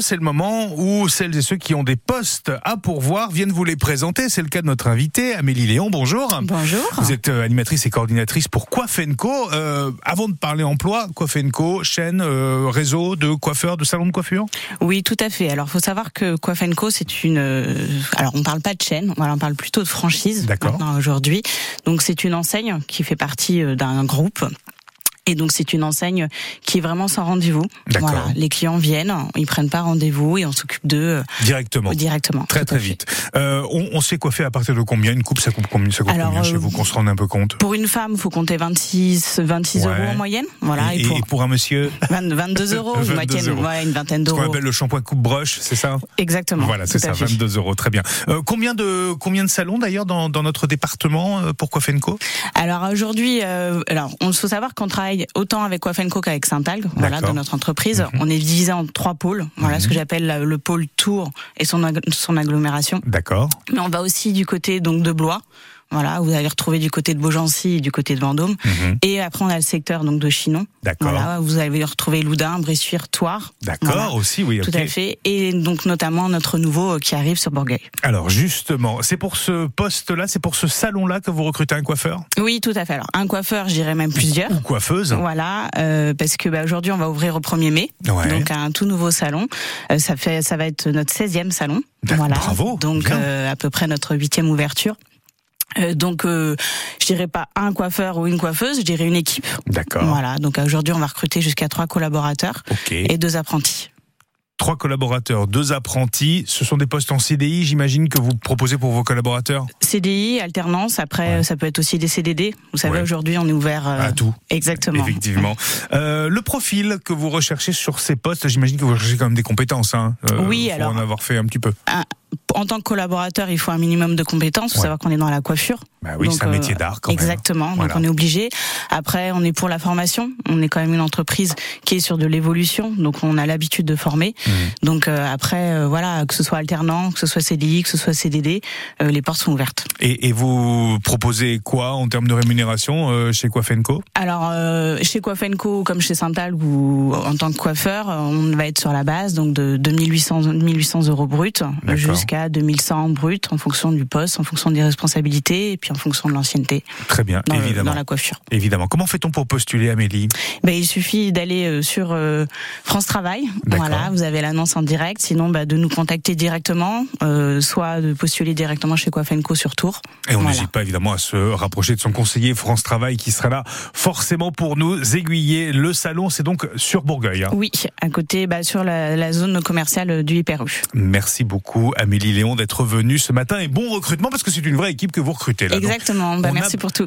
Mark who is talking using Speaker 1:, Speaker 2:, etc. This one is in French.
Speaker 1: C'est le moment où celles et ceux qui ont des postes à pourvoir viennent vous les présenter. C'est le cas de notre invitée, Amélie Léon. Bonjour.
Speaker 2: Bonjour.
Speaker 1: Vous êtes euh, animatrice et coordinatrice pour Coiffenco. Euh, avant de parler emploi, Coiffenco, chaîne, euh, réseau de coiffeurs, de salons de coiffure
Speaker 2: Oui, tout à fait. Alors, faut savoir que Coiffenco, c'est une. euh, Alors, on parle pas de chaîne, on parle plutôt de franchise.
Speaker 1: D'accord.
Speaker 2: maintenant, Aujourd'hui, donc c'est une enseigne qui fait partie euh, d'un groupe. Et donc c'est une enseigne qui est vraiment sans rendez-vous.
Speaker 1: D'accord.
Speaker 2: Voilà, les clients viennent, ils prennent pas rendez-vous et on s'occupe d'eux
Speaker 1: Directement.
Speaker 2: euh, directement.
Speaker 1: Très
Speaker 2: Tout à
Speaker 1: très
Speaker 2: fait.
Speaker 1: vite. Euh, on, on s'est coiffé à partir de combien Une coupe, ça coupe combien, ça coupe
Speaker 2: Alors,
Speaker 1: combien chez
Speaker 2: euh,
Speaker 1: vous Qu'on se rende un peu compte.
Speaker 2: Pour une femme, faut compter 26, 26
Speaker 1: Ouais.
Speaker 2: euros en moyenne. Voilà, et,
Speaker 1: et, et
Speaker 2: pour
Speaker 1: un monsieur,
Speaker 2: 20 22 euros, une
Speaker 1: 22
Speaker 2: moyenne,
Speaker 1: euros.
Speaker 2: voilà, une vingtaine
Speaker 1: ce qu'on
Speaker 2: d'euros.
Speaker 1: appelle le shampoing coupe-brush, c'est ça
Speaker 2: Exactement.
Speaker 1: Voilà, c'est
Speaker 2: tout à
Speaker 1: ça,
Speaker 2: fait.
Speaker 1: 22 euros, très bien. Euh, combien de combien de salons d'ailleurs dans, dans notre département euh, pour Coiffenco
Speaker 2: Alors aujourd'hui, euh, alors on faut savoir qu'on travaille autant avec Coiffenco qu'avec Saint-Algue, voilà,
Speaker 1: D'accord. Mhm.
Speaker 2: de notre entreprise. On est divisé en trois pôles, voilà ce que j'appelle euh, le pôle Tours et son ag- son agglomération.
Speaker 1: D'accord.
Speaker 2: Mais on va aussi du côté donc de Blois. Voilà, vous allez retrouver du côté de Beaugency et du côté de Vendôme.
Speaker 1: Mhm.
Speaker 2: Et après, on a le secteur donc de Chinon.
Speaker 1: D'accord.
Speaker 2: Voilà, vous allez retrouver Loudun, Bressuire, Toire.
Speaker 1: D'accord
Speaker 2: Voilà.
Speaker 1: aussi, oui.
Speaker 2: Tout
Speaker 1: ok.
Speaker 2: à fait. Et donc notamment notre nouveau euh, qui arrive sur Bourgueil.
Speaker 1: Alors justement, c'est pour ce poste-là, c'est pour ce salon-là que vous recrutez un coiffeur
Speaker 2: Oui, tout à fait. Alors un coiffeur, j'irais même plusieurs.
Speaker 1: ou coiffeuse
Speaker 2: Voilà, euh, parce que bah, aujourd'hui on va ouvrir au 1er mai,
Speaker 1: Ouais.
Speaker 2: donc un tout nouveau salon. Euh, ça fait, ça va être notre 16e salon.
Speaker 1: D'ac-
Speaker 2: Voilà.
Speaker 1: bravo,
Speaker 2: Donc
Speaker 1: bien.
Speaker 2: euh, à peu près notre huitième ouverture. Euh, donc, euh, je dirais pas un coiffeur ou une coiffeuse, je dirais une équipe.
Speaker 1: D'accord.
Speaker 2: Voilà. Donc euh, aujourd'hui, on va recruter jusqu'à trois collaborateurs
Speaker 1: Ok.
Speaker 2: et deux apprentis.
Speaker 1: Trois collaborateurs, deux apprentis. Ce sont des postes en CDI, j'imagine, que vous proposez pour vos collaborateurs
Speaker 2: CDI, alternance. Après,
Speaker 1: Ouais.
Speaker 2: euh, ça peut être aussi des CDD. Vous savez,
Speaker 1: Ouais.
Speaker 2: aujourd'hui, on est ouvert euh,
Speaker 1: À tout.
Speaker 2: Exactement.
Speaker 1: Effectivement. Euh, le profil que vous recherchez sur ces postes, j'imagine que vous recherchez quand même des compétences. Hein.
Speaker 2: Oui,
Speaker 1: faut
Speaker 2: alors-
Speaker 1: en avoir fait un petit peu.
Speaker 2: En tant que collaborateur, il faut un minimum de compétences. Il faut
Speaker 1: Ouais.
Speaker 2: savoir qu'on est dans la coiffure.
Speaker 1: Bah oui,
Speaker 2: Donc,
Speaker 1: c'est un
Speaker 2: euh,
Speaker 1: métier d'art quand même.
Speaker 2: Exactement,
Speaker 1: Voilà.
Speaker 2: donc on est obligé. Après, on est pour la formation. On est quand même une entreprise qui est sur de l'évolution, donc on a l'habitude de former.
Speaker 1: Mmh.
Speaker 2: Donc euh, après, euh, voilà, que ce soit alternant, que ce soit CDI, que ce soit CDD, euh, les portes sont ouvertes.
Speaker 1: Et, et vous proposez quoi en termes de rémunération euh, chez Coiffenco
Speaker 2: Alors, euh, chez Coiffenco, comme chez Saint-Al, ou en tant que coiffeur, euh, on va être sur la base, donc de 2800, 1800 euros brut
Speaker 1: D'accord.
Speaker 2: jusqu'à 2100 brut, en fonction du poste, en fonction des responsabilités, et puis en fonction de l'ancienneté
Speaker 1: Très bien,
Speaker 2: dans, le-
Speaker 1: évidemment.
Speaker 2: dans la coiffure.
Speaker 1: Évidemment. Comment fait-on pour postuler, Amélie
Speaker 2: Ben, il suffit d'aller euh, sur euh, France Travail.
Speaker 1: D'accord.
Speaker 2: Voilà, vous avez l'annonce en direct. Sinon, bah, de nous contacter directement, euh, soit de postuler directement chez Coiffenco sur Tours.
Speaker 1: Et on
Speaker 2: Voilà.
Speaker 1: n'hésite pas évidemment à se rapprocher de son conseiller France Travail qui sera là forcément pour nous aiguiller. Le salon, c'est donc sur Bourgueil. hein.
Speaker 2: Oui, à côté, bah, sur la, la zone commerciale du Hyper-U.
Speaker 1: Merci beaucoup Amélie Léon d'être venue ce matin et bon recrutement parce que c'est une vraie équipe que vous recrutez là. donc.
Speaker 2: Exactement. Bah,
Speaker 1: on a-
Speaker 2: merci pour tout.